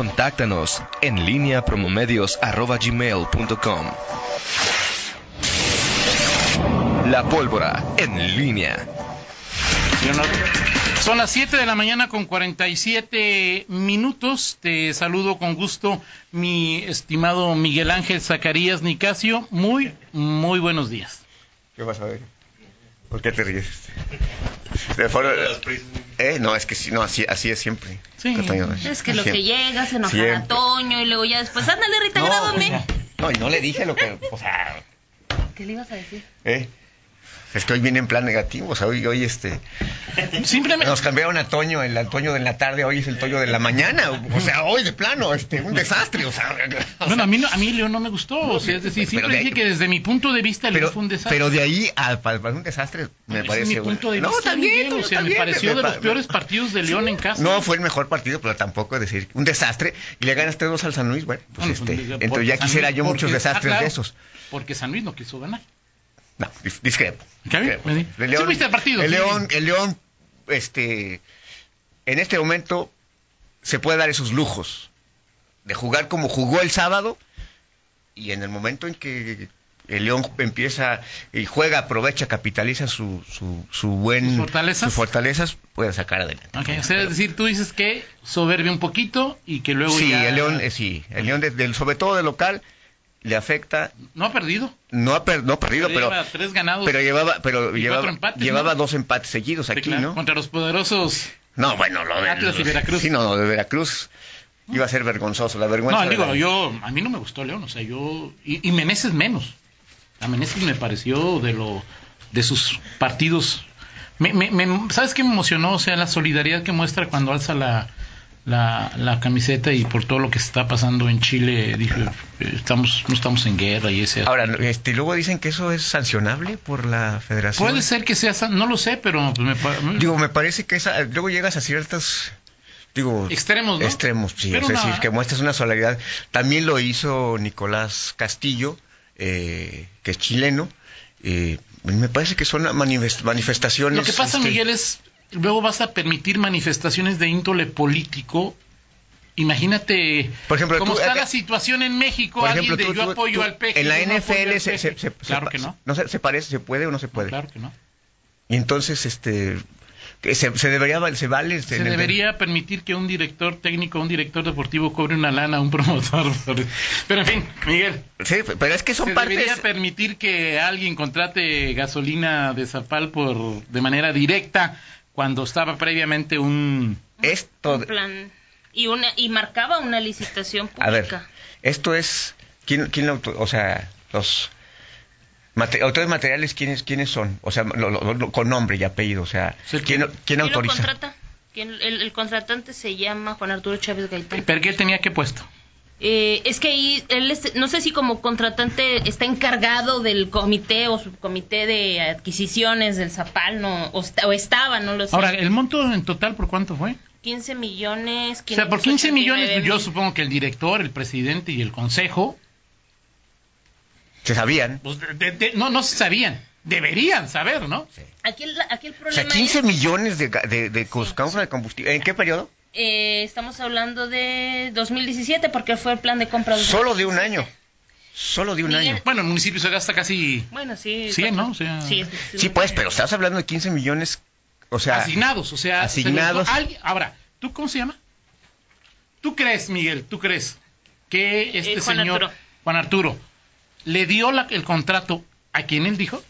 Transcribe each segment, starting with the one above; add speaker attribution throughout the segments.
Speaker 1: Contáctanos en línea promomedios.com. La pólvora en línea.
Speaker 2: Yo no- Son las 7 de la mañana con 47 minutos. Te saludo con gusto, mi estimado Miguel Ángel Zacarías Nicasio. Muy, muy buenos días.
Speaker 3: ¿Qué vas a ver? ¿Por qué te ríes? De forma- Eh, no, es que sí, no, así, así es siempre.
Speaker 2: Sí.
Speaker 3: Cataño,
Speaker 4: Es que lo que
Speaker 3: siempre.
Speaker 4: llega se enoja
Speaker 3: Siempre.
Speaker 4: a Toño y luego ya después, ándale Rita,
Speaker 3: No,
Speaker 4: grábame.
Speaker 3: No, y no le dije lo que. O sea,
Speaker 4: ¿Qué le ibas a decir?
Speaker 3: eh. Es que hoy viene en plan negativo. O sea, hoy, hoy este.
Speaker 2: Simplemente,
Speaker 3: Nos cambiaron a Toño, el Toño de la tarde, hoy es el Toño de la mañana. O sea, hoy de plano, este, un desastre. O sea, o sea,
Speaker 2: bueno, a mí, no- a mí León no me gustó. O sea, es decir,
Speaker 3: Pero
Speaker 2: siempre
Speaker 3: de ahí-
Speaker 2: dije que desde mi punto de vista León
Speaker 3: pero,
Speaker 2: fue un desastre.
Speaker 3: pero de ahí a, pa- para un desastre, me
Speaker 2: Ese
Speaker 3: parece.
Speaker 2: es mi
Speaker 3: una-
Speaker 2: punto de
Speaker 3: no,
Speaker 2: vista.
Speaker 3: también,
Speaker 2: Miguel, o sea, me
Speaker 3: también,
Speaker 2: pareció de
Speaker 3: pa-
Speaker 2: los peores partidos de León en casa.
Speaker 3: No pues, fue el mejor partido, pero tampoco es decir un desastre. Y le ganas 3-2 al San Luis, bueno, pues
Speaker 2: Bueno,
Speaker 3: este,
Speaker 2: pues, porque
Speaker 3: entonces ya
Speaker 2: San
Speaker 3: quisiera
Speaker 2: Luis-
Speaker 3: yo
Speaker 2: porque-
Speaker 3: muchos
Speaker 2: ah,
Speaker 3: desastres
Speaker 2: claro,
Speaker 3: de esos.
Speaker 2: Porque San Luis no quiso ganar.
Speaker 3: No, dis- discrepo.
Speaker 2: ¿Está bien?
Speaker 3: discrepo.
Speaker 2: Me di-
Speaker 3: El
Speaker 2: Sí viste el partido,
Speaker 3: el
Speaker 2: sí.
Speaker 3: León, el León, este, en este momento se puede dar esos lujos de jugar como jugó el sábado y en el momento en que el León empieza y juega, aprovecha, capitaliza su, su, su buen,
Speaker 2: ¿Sus fortalezas?
Speaker 3: sus fortalezas, puede sacar adelante.
Speaker 2: Ok, o sea, es decir, tú dices que soberbia un poquito y que luego
Speaker 3: Sí,
Speaker 2: ya
Speaker 3: el León, eh, sí, el León desde el- sobre todo de local le afecta,
Speaker 2: no ha perdido.
Speaker 3: no ha per- no ha perdido, pero
Speaker 2: lleva tres ganados
Speaker 3: pero llevaba pero
Speaker 2: Y
Speaker 3: llevaba,
Speaker 2: cuatro empates,
Speaker 3: llevaba
Speaker 2: ¿no?
Speaker 3: dos empates seguidos
Speaker 2: de
Speaker 3: aquí,
Speaker 2: cla-
Speaker 3: ¿no?
Speaker 2: contra los poderosos.
Speaker 3: No, bueno, lo de
Speaker 2: Atlas y Veracruz.
Speaker 3: Sí, no, lo de Veracruz iba a ser vergonzoso, la vergüenza.
Speaker 2: No,
Speaker 3: de
Speaker 2: digo,
Speaker 3: la-
Speaker 2: yo, a mí no me gustó León, o sea, yo, y, y Meneses menos. A Meneses me pareció de lo, de sus partidos. Me, me- me- ¿Sabes qué me emocionó? O sea, la solidaridad que muestra cuando alza la, la, la camiseta y por todo lo que está pasando en Chile, dije, eh, estamos, no estamos en guerra y ese...
Speaker 3: Ahora, este, luego dicen que eso es sancionable por la Federación.
Speaker 2: Puede ser que sea, san- no lo sé, pero pues, me, pa-
Speaker 3: Digo, me parece que esa, luego llegas a ciertas digo
Speaker 2: Extremos, ¿no?
Speaker 3: extremos, sí,
Speaker 2: Pero
Speaker 3: es decir,
Speaker 2: una-
Speaker 3: que muestras una solidaridad. También lo hizo Nicolás Castillo, eh, que es chileno. eh, me parece que son manifest- manifestaciones.
Speaker 2: Lo que pasa,
Speaker 3: este,
Speaker 2: Miguel, es luego vas a permitir manifestaciones de índole político. Imagínate
Speaker 3: Por ejemplo,
Speaker 2: cómo
Speaker 3: tú-
Speaker 2: está
Speaker 3: eh,
Speaker 2: la situación en México.
Speaker 3: Por ejemplo,
Speaker 2: alguien de
Speaker 3: tú-
Speaker 2: yo
Speaker 3: tú-
Speaker 2: apoyo
Speaker 3: tú-
Speaker 2: al PG.
Speaker 3: en
Speaker 2: yo
Speaker 3: la
Speaker 2: no apoyo
Speaker 3: NFL
Speaker 2: al
Speaker 3: se, se-
Speaker 2: PG.
Speaker 3: se-
Speaker 2: claro
Speaker 3: se-
Speaker 2: que no.
Speaker 3: se, se parece, se puede o no se puede.
Speaker 2: Claro que no.
Speaker 3: Y entonces, este, que se, se debería, val- se vale. en
Speaker 2: Se
Speaker 3: el-
Speaker 2: debería permitir que un director técnico, un director deportivo cobre una lana a un promotor. Pero en fin, Miguel,
Speaker 3: Sí, pero es que son
Speaker 2: se debería
Speaker 3: partes.
Speaker 2: permitir que alguien contrate gasolina de Zapal por de manera directa cuando estaba previamente un
Speaker 3: Esto,
Speaker 4: Un plan. Y, una, y marcaba una licitación pública.
Speaker 3: a ver, esto es, ¿quién, quién lo auto- o sea, los mate- autores materiales, ¿quiénes, quiénes son? O sea, lo- lo- lo- con nombre y apellido, o sea,
Speaker 2: Sí,
Speaker 3: ¿quién,
Speaker 2: ¿quién-
Speaker 3: quién
Speaker 4: ¿Quién
Speaker 3: autoriza?
Speaker 4: lo contrata? ¿Quién- el, el contratante se llama Juan Arturo Chávez Gaitán.
Speaker 2: pero que él tenía que puesto.
Speaker 4: Eh, es que ahí, él es- no sé si como contratante está encargado del comité o subcomité de adquisiciones del Zapal, no, o, esta- o estaba, no lo sé.
Speaker 3: eh,
Speaker 2: Ahora, ¿el monto en total por cuánto fue?
Speaker 4: 15 millones.
Speaker 2: O sea, por 15 millones,
Speaker 3: pues,
Speaker 2: pues,
Speaker 4: 589
Speaker 2: yo
Speaker 4: mil.
Speaker 2: supongo que el director, el presidente y el consejo,
Speaker 3: Se sabían.
Speaker 2: pues, de- de- de- no, no se sabían. Deberían saber, ¿no?
Speaker 4: Aquí el, aquí el
Speaker 3: O
Speaker 4: problema
Speaker 3: sea, 15
Speaker 4: es,
Speaker 3: millones de, ga- de, de cos- compra de combustible. ¿En qué periodo?
Speaker 4: eh, estamos hablando de 2017 porque fue el plan de compra. de-
Speaker 3: Solo de un año. Solo de un
Speaker 4: Miguel,
Speaker 3: año.
Speaker 2: Bueno, el municipio se gasta casi
Speaker 4: Bueno, sí.
Speaker 2: Sí,
Speaker 4: cuatro-
Speaker 2: ¿no? O sea-
Speaker 4: sí, es-
Speaker 3: Sí, pues, pero estás hablando de 15 millones, o sea,
Speaker 2: asignados, o sea, se los-
Speaker 3: asignados.
Speaker 2: alguien- ahora, ¿tú cómo se llama? ¿Tú crees, Miguel, tú crees que este
Speaker 4: Eh, Juan
Speaker 2: señor
Speaker 4: Arturo.
Speaker 2: Juan Arturo le dio la- el contrato a quien él dijo?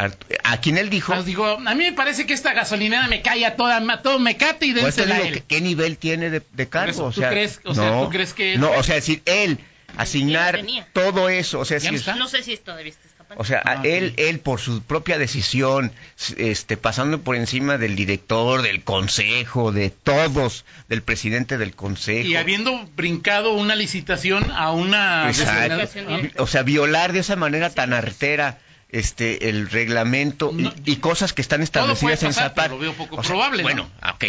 Speaker 3: a, a quien él dijo,
Speaker 2: Pues digo, a mí me parece que esta gasolinera me cae a toda, a todo me cate y
Speaker 3: pues te
Speaker 2: dénsela a
Speaker 3: digo,
Speaker 2: él.
Speaker 3: ¿qué, qué nivel tiene de, de cargo?
Speaker 2: eso,
Speaker 3: o
Speaker 2: ¿tú
Speaker 3: sea,
Speaker 2: crees- o
Speaker 3: no,
Speaker 2: sea, ¿tú crees que él-
Speaker 3: no, o sea, decir él asignar
Speaker 4: Él lo tenía.
Speaker 3: todo eso, o sea,
Speaker 2: Ya
Speaker 3: si-
Speaker 2: no está.
Speaker 4: No sé si esto debiste escapar.
Speaker 3: o sea,
Speaker 2: Ah,
Speaker 3: a- él él por su propia decisión, s- este, pasando por encima del director, del consejo, de todos, del presidente del consejo.
Speaker 2: Y habiendo brincado una licitación a una...
Speaker 3: Exacto.
Speaker 4: designación directa.
Speaker 3: O sea, violar de esa manera tan artera este el reglamento y-
Speaker 2: No.
Speaker 3: y, cosas que están establecidas
Speaker 2: puede
Speaker 3: en
Speaker 2: pasar,
Speaker 3: Zapata.
Speaker 2: pero lo veo poco probable, ¿no?
Speaker 3: Bueno, ah, ok.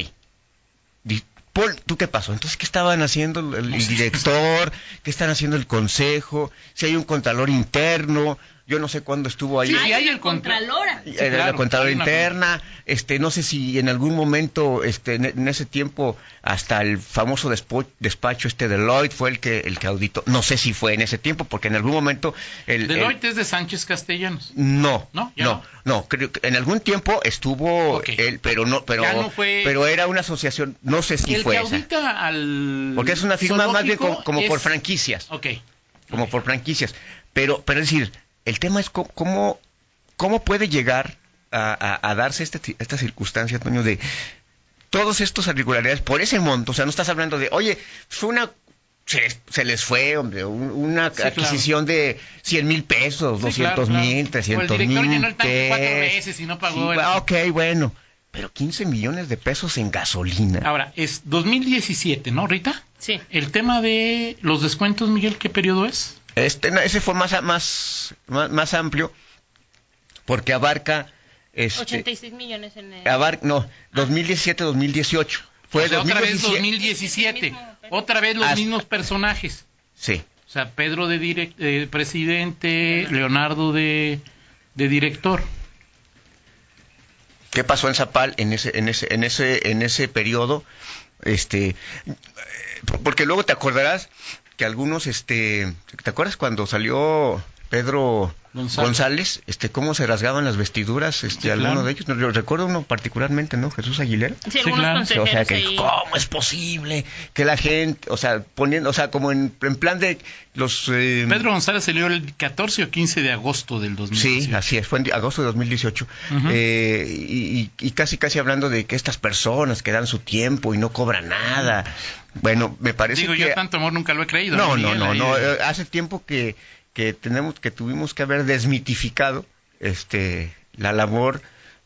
Speaker 3: Di- Paul, ¿tú qué pasó? Entonces, ¿qué estaban haciendo el, el
Speaker 2: No sé.
Speaker 3: director? ¿Qué están haciendo el consejo? Si hay un contralor interno, Yo no sé cuándo estuvo ahí.
Speaker 2: Sí,
Speaker 4: Hay
Speaker 2: hay
Speaker 4: una
Speaker 2: el contra-
Speaker 4: Contralora.
Speaker 3: en la
Speaker 2: claro,
Speaker 3: contadora
Speaker 2: hay una-
Speaker 3: interna, este, no sé si en algún momento, este, en, en ese tiempo, hasta el famoso despo- despacho este de Lloyd fue el que, el que auditó, no sé si fue en ese tiempo, porque en algún momento el, el-
Speaker 2: Deloitte es de Sánchez Castellanos.
Speaker 3: no,
Speaker 2: ¿No?
Speaker 3: no,
Speaker 2: ¿Ya
Speaker 3: no,
Speaker 2: no?
Speaker 3: creo que en algún tiempo estuvo
Speaker 2: Ok.
Speaker 3: él, pero no, pero,
Speaker 2: Ya no fue-
Speaker 3: pero era una asociación, no sé si
Speaker 2: el
Speaker 3: fue
Speaker 2: que
Speaker 3: esa,
Speaker 2: audita al.
Speaker 3: porque es una firma más bien como,
Speaker 2: zoológico
Speaker 3: como por
Speaker 2: es-
Speaker 3: franquicias
Speaker 2: Ok.
Speaker 3: como por franquicias. Pero, pero es decir, el tema es co- cómo, cómo puede llegar a, a- a darse este ti- esta circunstancia, Toño, de todos estos irregularidades por ese monto. O sea, no estás hablando de, oye, fue una... Se les, se les fue, hombre, un- una
Speaker 2: Sí, claro.
Speaker 3: adquisición de 100 mil pesos,
Speaker 2: Sí,
Speaker 3: 200
Speaker 2: claro,
Speaker 3: mil,
Speaker 2: claro.
Speaker 3: 300
Speaker 2: O el
Speaker 3: mil.
Speaker 2: director llenó el tanque cuatro veces y no pagó el-
Speaker 3: ok, bueno. Pero 15 millones de pesos en gasolina.
Speaker 2: Ahora, es 2017, ¿no, Rita?
Speaker 4: Sí.
Speaker 2: El tema de los descuentos, Miguel, ¿qué periodo es?
Speaker 3: Este, no, ese fue más, a- más, más, más amplio porque abarca este
Speaker 4: 86 millones en el...
Speaker 2: Ah,
Speaker 3: abar- no, 2017-2018. Fue
Speaker 2: O sea, Pues otra vez
Speaker 3: 2017.
Speaker 2: 2017.
Speaker 4: Es el mismo.
Speaker 2: Otra vez los
Speaker 3: Hasta-
Speaker 2: mismos personajes.
Speaker 3: Sí.
Speaker 2: O sea, Pedro de direc- eh, presidente, Leonardo de, de director.
Speaker 3: ¿Qué pasó en Zapal en ese en ese en ese en ese periodo? Este eh, porque luego te acordarás que algunos este ¿te acuerdas cuando salió Pedro González,
Speaker 2: González.
Speaker 3: este cómo se rasgaban las vestiduras este
Speaker 2: Sí,
Speaker 3: alguno
Speaker 2: claro.
Speaker 3: de ellos, No, yo recuerdo uno particularmente, ¿no? Jesús Aguilera.
Speaker 4: Sí,
Speaker 2: Sí,
Speaker 4: algunos
Speaker 2: claro.
Speaker 3: O
Speaker 4: consejeros
Speaker 3: sea, que,
Speaker 4: ahí.
Speaker 3: ¿cómo es posible que la gente, o sea, poniendo, o sea, como en, en plan de los... eh,
Speaker 2: Pedro González salió el 14 o 15 de agosto del 2017.
Speaker 3: Sí, así es, fue en di- agosto de 2018.
Speaker 2: Ujú.
Speaker 3: eh, y, y- y casi, casi hablando de que estas personas que dan su tiempo y no cobran nada. Bueno, me parece
Speaker 2: Digo,
Speaker 3: que...
Speaker 2: yo tanto amor nunca lo he creído.
Speaker 3: no, no,
Speaker 2: Miguel?
Speaker 3: no,
Speaker 2: Ahí
Speaker 3: no,
Speaker 2: de-
Speaker 3: eh, hace tiempo que, que, tenemos, que tuvimos que haber desmitificado este, la labor,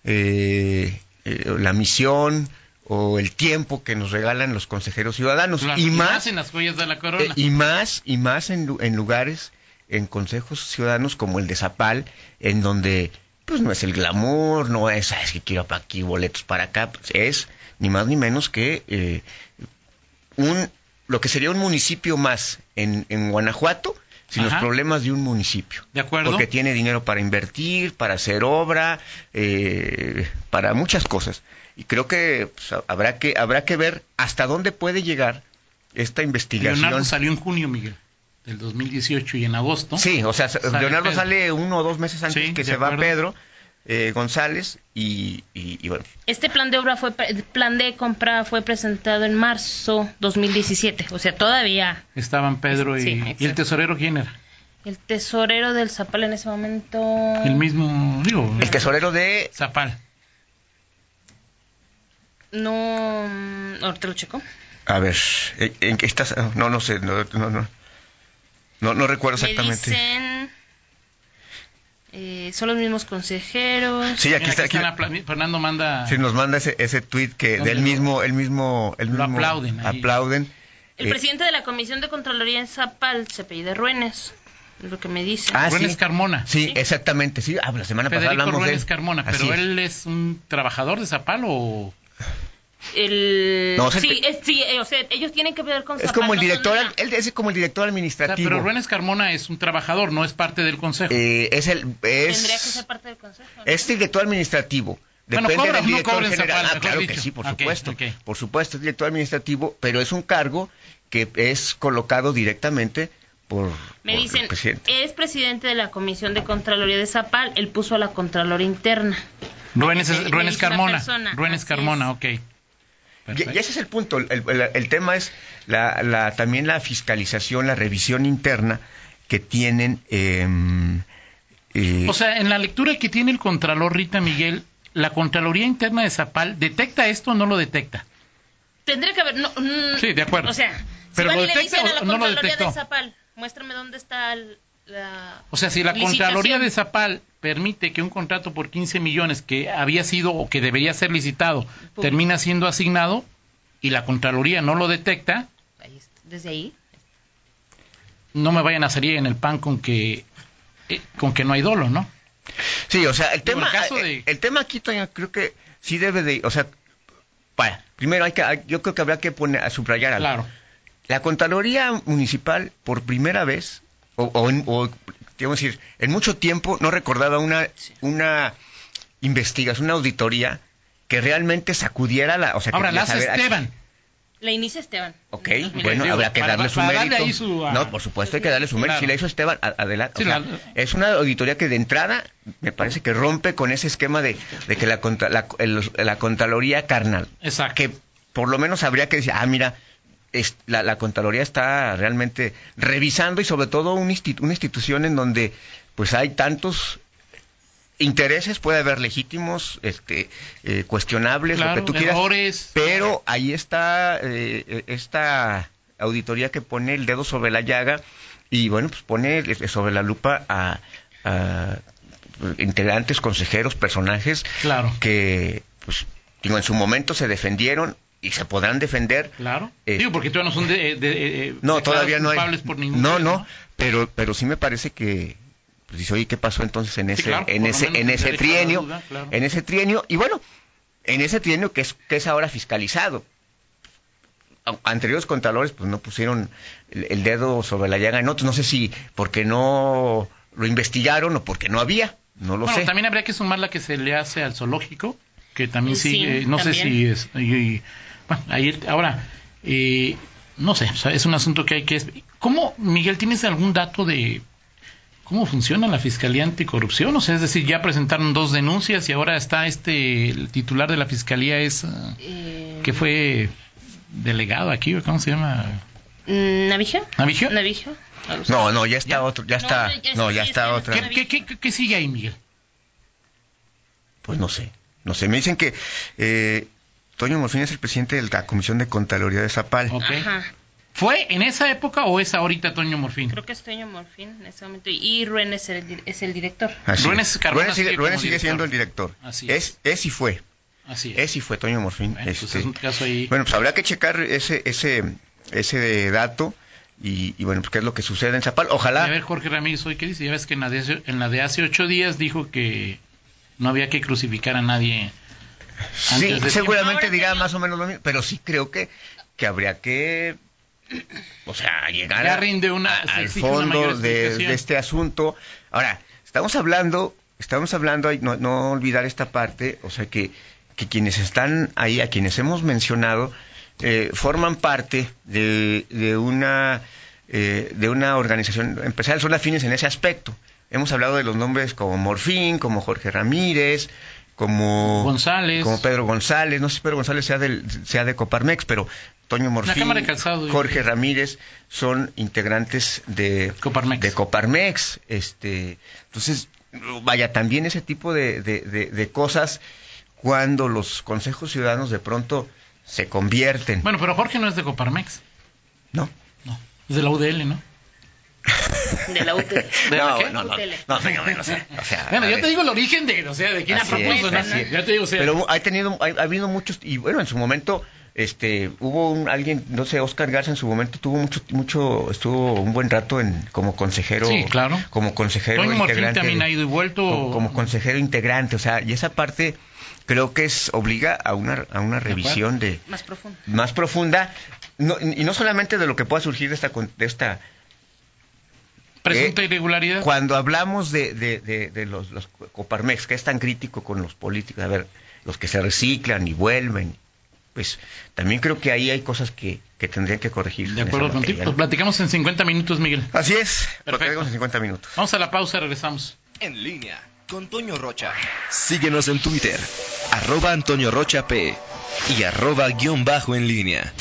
Speaker 3: eh, eh, la misión o el tiempo que nos regalan los consejeros ciudadanos.
Speaker 2: Claro,
Speaker 3: pues, y más
Speaker 2: en las joyas de la corona.
Speaker 3: Eh, y más, y más en, lu- en lugares, en consejos ciudadanos como el de Zapal, en donde pues no es el glamour, no es, "Ah, es que quiero para aquí boletos para acá, pues, es ni más ni menos que eh, un lo que sería un municipio más en, en Guanajuato sin los
Speaker 2: Ajá.
Speaker 3: problemas de un municipio.
Speaker 2: De acuerdo.
Speaker 3: Porque tiene dinero para invertir, para hacer obra, eh, para muchas cosas. Y creo que pues, ha- habrá que habrá que ver hasta dónde puede llegar esta investigación.
Speaker 2: Leonardo salió en junio, Miguel, del 2018 y en agosto.
Speaker 3: Sí, o sea,
Speaker 2: Sale
Speaker 3: Leonardo
Speaker 2: Pedro.
Speaker 3: sale uno o dos meses antes
Speaker 2: Sí,
Speaker 3: que
Speaker 2: de
Speaker 3: se va
Speaker 2: acuerdo.
Speaker 3: Pedro eh, González y, y- y bueno,
Speaker 4: Este plan de obra fue pre- el plan de compra fue presentado en marzo 2017, o sea, todavía
Speaker 2: Estaban Pedro y,
Speaker 4: Sí,
Speaker 2: y el
Speaker 4: exacto.
Speaker 2: tesorero, ¿quién era?
Speaker 4: el tesorero del Zapal en ese momento
Speaker 2: El mismo, digo,
Speaker 3: el tesorero de
Speaker 2: Zapal.
Speaker 4: no mm, ahorita lo checo.
Speaker 3: a ver, ¿en, en qué estás? Ah, No, no sé, no, no, no, no, no recuerdo exactamente.
Speaker 4: Me dicen eh, son los mismos consejeros.
Speaker 3: Sí, aquí
Speaker 2: Mira,
Speaker 3: está,
Speaker 2: aquí
Speaker 3: aquí- Ah,
Speaker 2: están apla- Fernando manda.
Speaker 3: Sí, nos manda ese, ese tweet que
Speaker 2: Donde
Speaker 3: del
Speaker 2: lo-
Speaker 3: mismo, el mismo, el
Speaker 2: lo
Speaker 3: mismo
Speaker 2: aplauden ahí.
Speaker 3: aplauden.
Speaker 4: El
Speaker 3: Eh,
Speaker 4: presidente de la Comisión de Contraloría en Zapal se apellida Ruenes, es lo que me dice.
Speaker 3: Ah,
Speaker 2: Ruenes
Speaker 3: sí.
Speaker 2: Carmona.
Speaker 3: Sí, exactamente, sí. Ah, la semana pasada
Speaker 2: Federico
Speaker 3: hablamos de
Speaker 2: Ruenes
Speaker 3: él.
Speaker 2: Carmona,
Speaker 3: Así
Speaker 2: pero
Speaker 3: es.
Speaker 2: él es un trabajador de Zapal o.
Speaker 4: El
Speaker 3: No, o sea,
Speaker 4: sí,
Speaker 3: que-
Speaker 4: es- sí, eh, o sea, ellos tienen que ver con
Speaker 3: es
Speaker 4: Zapal,
Speaker 3: como el
Speaker 4: no son
Speaker 3: director,
Speaker 4: nada.
Speaker 3: él es como el director
Speaker 2: O sea,
Speaker 3: administrativo.
Speaker 2: Ah, pero Ruenes Carmona es un trabajador, no es parte del consejo.
Speaker 3: Eh, es el es
Speaker 4: Tendría que ser parte del consejo. ¿no?
Speaker 3: Es Este director administrativo.
Speaker 2: Bueno,
Speaker 3: Depende
Speaker 2: cobra,
Speaker 3: del
Speaker 2: no
Speaker 3: director
Speaker 2: cobra en
Speaker 3: general.
Speaker 2: Zapala,
Speaker 3: Ah,
Speaker 2: mejor
Speaker 3: claro que
Speaker 2: dicho.
Speaker 3: sí, por
Speaker 2: Ok,
Speaker 3: supuesto.
Speaker 2: ok.
Speaker 3: Por supuesto, es director administrativo, pero es un cargo que es colocado directamente por,
Speaker 4: Me
Speaker 3: por
Speaker 4: dicen,
Speaker 3: el presidente.
Speaker 4: es presidente de la Comisión de Contraloría de Zapal, él puso a la Contraloría Interna.
Speaker 2: Ruenes,
Speaker 4: es-
Speaker 2: Ruenes
Speaker 4: es una
Speaker 2: Carmona.
Speaker 4: persona,
Speaker 2: Ruenes
Speaker 4: así
Speaker 2: Carmona, ok.
Speaker 3: Y, y
Speaker 2: Perfecto.
Speaker 3: ese es el punto. El, el- el tema es la, la- también la fiscalización, la revisión interna que tienen. em, eh,
Speaker 2: O sea, en la lectura que tiene el Contralor Rita Miguel, ¿la Contraloría Interna de Zapal detecta esto o no lo detecta?
Speaker 4: Tendría que haber... No, mm,
Speaker 2: Sí, de acuerdo.
Speaker 4: O sea,
Speaker 2: Pero
Speaker 4: si van
Speaker 2: ¿lo
Speaker 4: y le
Speaker 2: detecta
Speaker 4: dicen a
Speaker 2: o
Speaker 4: la
Speaker 2: no lo
Speaker 4: Contraloría
Speaker 2: detectó?
Speaker 4: de Zapal, muéstrame dónde está el- la...
Speaker 2: O sea, si la
Speaker 4: Licitación.
Speaker 2: Contraloría de Zapal permite que un contrato por 15 millones que había sido o que debería ser licitado termina siendo asignado y la Contraloría no lo detecta,
Speaker 4: Ahí está, desde ahí.
Speaker 2: no me vayan a salir en el pan con que eh, con que no hay dolo, ¿no?
Speaker 3: Sí, o sea, el
Speaker 2: Digo,
Speaker 3: tema,
Speaker 2: el caso
Speaker 3: eh,
Speaker 2: de-
Speaker 3: el tema aquí Toño, creo que sí debe de, o sea, para, primero hay que, hay- yo creo que habrá que poner a subrayar algo.
Speaker 2: Claro.
Speaker 3: La Contraloría Municipal, por primera vez, o, o en- o te vamos a decir, en mucho tiempo no recordaba una, una investigación, una auditoría que realmente sacudiera la... O sea, que
Speaker 2: Ahora, la
Speaker 3: quería
Speaker 2: hace
Speaker 3: saber a-
Speaker 2: Esteban.
Speaker 4: La inicia Esteban.
Speaker 3: Ok,
Speaker 4: En 2020.
Speaker 3: bueno,
Speaker 2: Digo,
Speaker 3: habrá que
Speaker 2: para-
Speaker 3: darle su
Speaker 2: para
Speaker 3: mérito.
Speaker 2: darle ahí su, ah,
Speaker 3: no, por supuesto, hay que darle su mérito.
Speaker 2: claro.
Speaker 3: Si la hizo Esteban, a- adelante.
Speaker 2: Sí,
Speaker 3: O sea,
Speaker 2: la-
Speaker 3: Es una auditoría que de entrada me parece que rompe con ese esquema de, de que la, contra- la, el- la Contraloría carnal,
Speaker 2: Exacto.
Speaker 3: que por lo menos habría que decir, ah, mira, es- la, la Contraloría está realmente revisando y sobre todo un insti- una institución en donde pues hay tantos intereses, puede haber legítimos, este, eh, cuestionables, lo
Speaker 2: Claro,
Speaker 3: que tú quieras.
Speaker 2: errores.
Speaker 3: Pero ahí está eh, eh, esta auditoría que pone el dedo sobre la llaga y bueno, pues pone eh, sobre la lupa a, a pues, integrantes, consejeros, personajes
Speaker 2: Claro.
Speaker 3: que pues digo, en su momento se defendieron y se podrán defender.
Speaker 2: Claro.
Speaker 3: Eh,
Speaker 2: Digo, porque todavía no son de, de- eh,
Speaker 3: No,
Speaker 2: declarados
Speaker 3: todavía no hay.
Speaker 2: culpables por ningún
Speaker 3: no,
Speaker 2: caso,
Speaker 3: no, pero pero sí me parece que pues dice, "Oye, ¿qué pasó entonces en
Speaker 2: Sí,
Speaker 3: ese
Speaker 2: claro, por
Speaker 3: en
Speaker 2: lo
Speaker 3: ese
Speaker 2: menos
Speaker 3: en
Speaker 2: tendría
Speaker 3: ese
Speaker 2: que quedar la
Speaker 3: trienio,
Speaker 2: duda, claro.
Speaker 3: en ese trienio y bueno, en ese trienio que es que es ahora fiscalizado? a- anteriores contralores pues no pusieron el, el dedo sobre la llaga en otros, no sé si porque no lo investigaron o porque no había, no lo
Speaker 2: bueno,
Speaker 3: sé.
Speaker 2: también habría que sumar la que se le hace al zoológico, que también
Speaker 4: Sí,
Speaker 2: sigue, no sé si
Speaker 4: también.
Speaker 2: es... y- y- bueno, ahí- ahora, eh, no sé, o sea, es un asunto que hay que... ¿Cómo, Miguel, tienes algún dato de cómo funciona la Fiscalía Anticorrupción? O sea, es decir, ya presentaron dos denuncias y ahora está este, el titular de la Fiscalía es... ah,
Speaker 4: Eh,
Speaker 2: que fue delegado aquí, ¿o ¿cómo se llama?
Speaker 4: ¿Navigio?
Speaker 2: ¿Navigio?
Speaker 4: ¿Navigio? Algo así.
Speaker 3: No, no, ya está
Speaker 2: Ya.
Speaker 3: otro, ya
Speaker 4: No,
Speaker 3: está,
Speaker 4: ya está-
Speaker 3: no, ya
Speaker 4: ya
Speaker 3: está
Speaker 4: está-
Speaker 3: otra.
Speaker 2: ¿Qué- qué- qué- qué- qué sigue ahí, Miguel?
Speaker 3: Pues no sé, no sé. Me dicen que eh, Toño Morfín es el presidente de la Comisión de Contraloría de Zapal.
Speaker 2: Ok.
Speaker 4: Ajá.
Speaker 2: ¿Fue en esa época o es ahorita Toño Morfín?
Speaker 4: Creo que es Toño Morfín en ese momento. Y Ruen es el, es el director.
Speaker 3: Así
Speaker 2: Ruén
Speaker 3: es.
Speaker 2: es- Cardona
Speaker 3: Ruén sigue,
Speaker 2: sigue
Speaker 3: Ruén
Speaker 2: como
Speaker 3: sigue
Speaker 2: director.
Speaker 3: siendo el director.
Speaker 2: Así
Speaker 3: es. es. y fue.
Speaker 2: Así es.
Speaker 3: Es y fue Toño Morfín.
Speaker 2: Bueno, pues
Speaker 3: Este,
Speaker 2: es un caso ahí.
Speaker 3: bueno, pues habrá que checar ese, ese, ese de dato y, y bueno, pues qué es lo que sucede en Zapal.
Speaker 2: A
Speaker 3: Ojalá.
Speaker 2: ver, Jorge Ramírez, hoy qué dice. Ya ves que en la, de hace, en la de hace ocho días dijo que no había que crucificar a nadie. antes
Speaker 3: Sí,
Speaker 2: de-
Speaker 3: seguramente
Speaker 4: Ahora
Speaker 3: dirá
Speaker 4: que-
Speaker 3: más o menos lo mismo, pero sí creo que, que habría que, o sea, llegar
Speaker 2: Ya
Speaker 3: a-
Speaker 2: rinde una-
Speaker 3: a-
Speaker 2: se
Speaker 3: al
Speaker 2: exige una mayor
Speaker 3: fondo de,
Speaker 2: explicación.
Speaker 3: de este asunto. Ahora, estamos hablando, estamos hablando, ay, no, no olvidar esta parte, o sea, que, que quienes están ahí, a quienes hemos mencionado, eh, forman parte de, de una eh, de una organización empresarial, son afines en ese aspecto. Hemos hablado de los nombres como Morfín, como Jorge Ramírez, como
Speaker 2: González.
Speaker 3: como Pedro González, no sé si Pedro González sea, del, sea de Coparmex, pero Toño Morfín,
Speaker 2: Cámara de Calzado, yo
Speaker 3: Jorge
Speaker 2: creo.
Speaker 3: Ramírez son integrantes de
Speaker 2: Coparmex.
Speaker 3: De Coparmex. Este, entonces, vaya, también ese tipo de, de- de- de cosas cuando los consejos ciudadanos de pronto se convierten,
Speaker 2: Bueno, pero Jorge no es de Coparmex.
Speaker 3: ¿no?
Speaker 2: No. Es de la UDL, ¿no?
Speaker 4: De la UT.
Speaker 2: ¿De la
Speaker 3: no,
Speaker 2: qué?
Speaker 3: no, no,
Speaker 4: Tele.
Speaker 3: no, señor, o sea, o sea,
Speaker 2: Bueno,
Speaker 3: a
Speaker 2: yo
Speaker 3: ver.
Speaker 2: te digo el origen de, o sea, de quién la
Speaker 3: Así es,
Speaker 2: propuso, ¿no?
Speaker 3: así es.
Speaker 2: Yo te digo, o sea,
Speaker 3: pero ha tenido ha, ha habido muchos y bueno en su momento este hubo un alguien no sé Oscar Garza en su momento tuvo mucho mucho estuvo un buen rato en como consejero
Speaker 2: Sí, claro.
Speaker 3: como consejero
Speaker 2: Toño Morfín
Speaker 3: integrante
Speaker 2: también
Speaker 3: de-
Speaker 2: ha ido y vuelto.
Speaker 3: como, como consejero integrante o sea y esa parte creo que es obliga a una a una revisión de,
Speaker 4: Más profundo.
Speaker 3: más profunda no- y no solamente de lo que pueda surgir de esta con- de esta
Speaker 2: Presunta
Speaker 3: eh,
Speaker 2: irregularidad.
Speaker 3: cuando hablamos de, de- de- de los, los Coparmex, que es tan crítico con los políticos, a ver, los que se reciclan y vuelven, pues también creo que ahí hay cosas que, que tendrían que corregir. en
Speaker 2: De
Speaker 3: esa
Speaker 2: acuerdo
Speaker 3: materia,
Speaker 2: contigo. Pues
Speaker 3: ¿no?
Speaker 2: platicamos en 50 minutos, Miguel.
Speaker 3: Así es, lo
Speaker 2: Perfecto.
Speaker 3: tenemos en 50 minutos.
Speaker 2: Vamos a la pausa, regresamos.
Speaker 1: En línea.
Speaker 5: con Toño Rocha. Síguenos en Twitter, arroba Antonio Rocha P y arroba guión bajo en línea.